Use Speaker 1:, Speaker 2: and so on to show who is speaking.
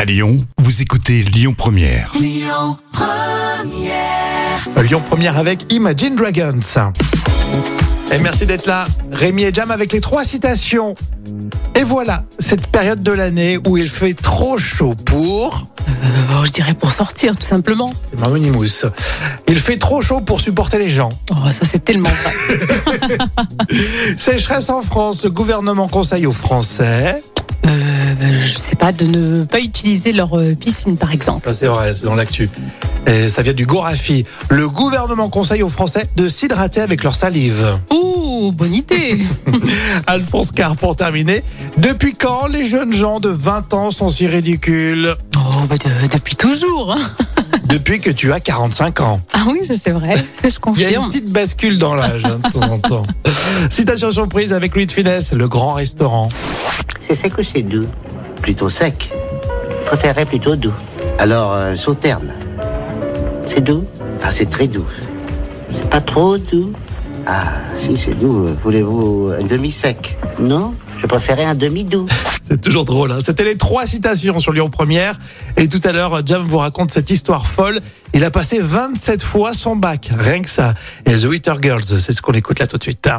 Speaker 1: À Lyon, vous écoutez Lyon Première.
Speaker 2: Lyon Première avec Imagine Dragons. Et merci d'être là, Rémi et Jam avec les trois citations. Et voilà, cette période de l'année où il fait trop chaud pour...
Speaker 3: Oh, je dirais pour sortir, tout simplement.
Speaker 2: C'est Mamonimous. Il fait trop chaud pour supporter les gens.
Speaker 3: Oh, ça, c'est tellement vrai.
Speaker 2: Sécheresse en France, le gouvernement conseille aux Français...
Speaker 3: Euh, ben, je sais pas, de ne pas utiliser leur euh, piscine, par exemple.
Speaker 2: Ça c'est vrai, c'est dans l'actu. Et ça vient du Gorafi. Le gouvernement conseille aux Français de s'hydrater avec leur salive.
Speaker 3: Ouh, Oh, bonne idée.
Speaker 2: Alphonse Carr pour terminer. Depuis quand les jeunes gens de 20 ans sont si ridicules
Speaker 3: Oh, bah, de- depuis toujours. hein.
Speaker 2: Depuis que tu as 45 ans.
Speaker 3: Ah oui, ça, c'est vrai.
Speaker 2: Il y a
Speaker 3: Je
Speaker 2: une
Speaker 3: confirme.
Speaker 2: petite bascule dans l'âge hein, de temps en temps. Citation surprise avec Louis de Finesse, le grand restaurant.
Speaker 4: C'est sec ou c'est doux Plutôt sec. Je préférerais plutôt doux. Alors, euh, sauterne. C'est doux Ah, c'est très doux. C'est pas trop doux Ah, si, c'est doux. Voulez-vous un demi-sec Non Je préférais un demi-doux.
Speaker 2: C'est toujours drôle. hein. C'était les trois citations sur Lyon Première. Et tout à l'heure, Jam vous raconte cette histoire folle. Il a passé 27 fois son bac, rien que ça. Et The Witter Girls, c'est ce qu'on écoute là tout de suite. hein.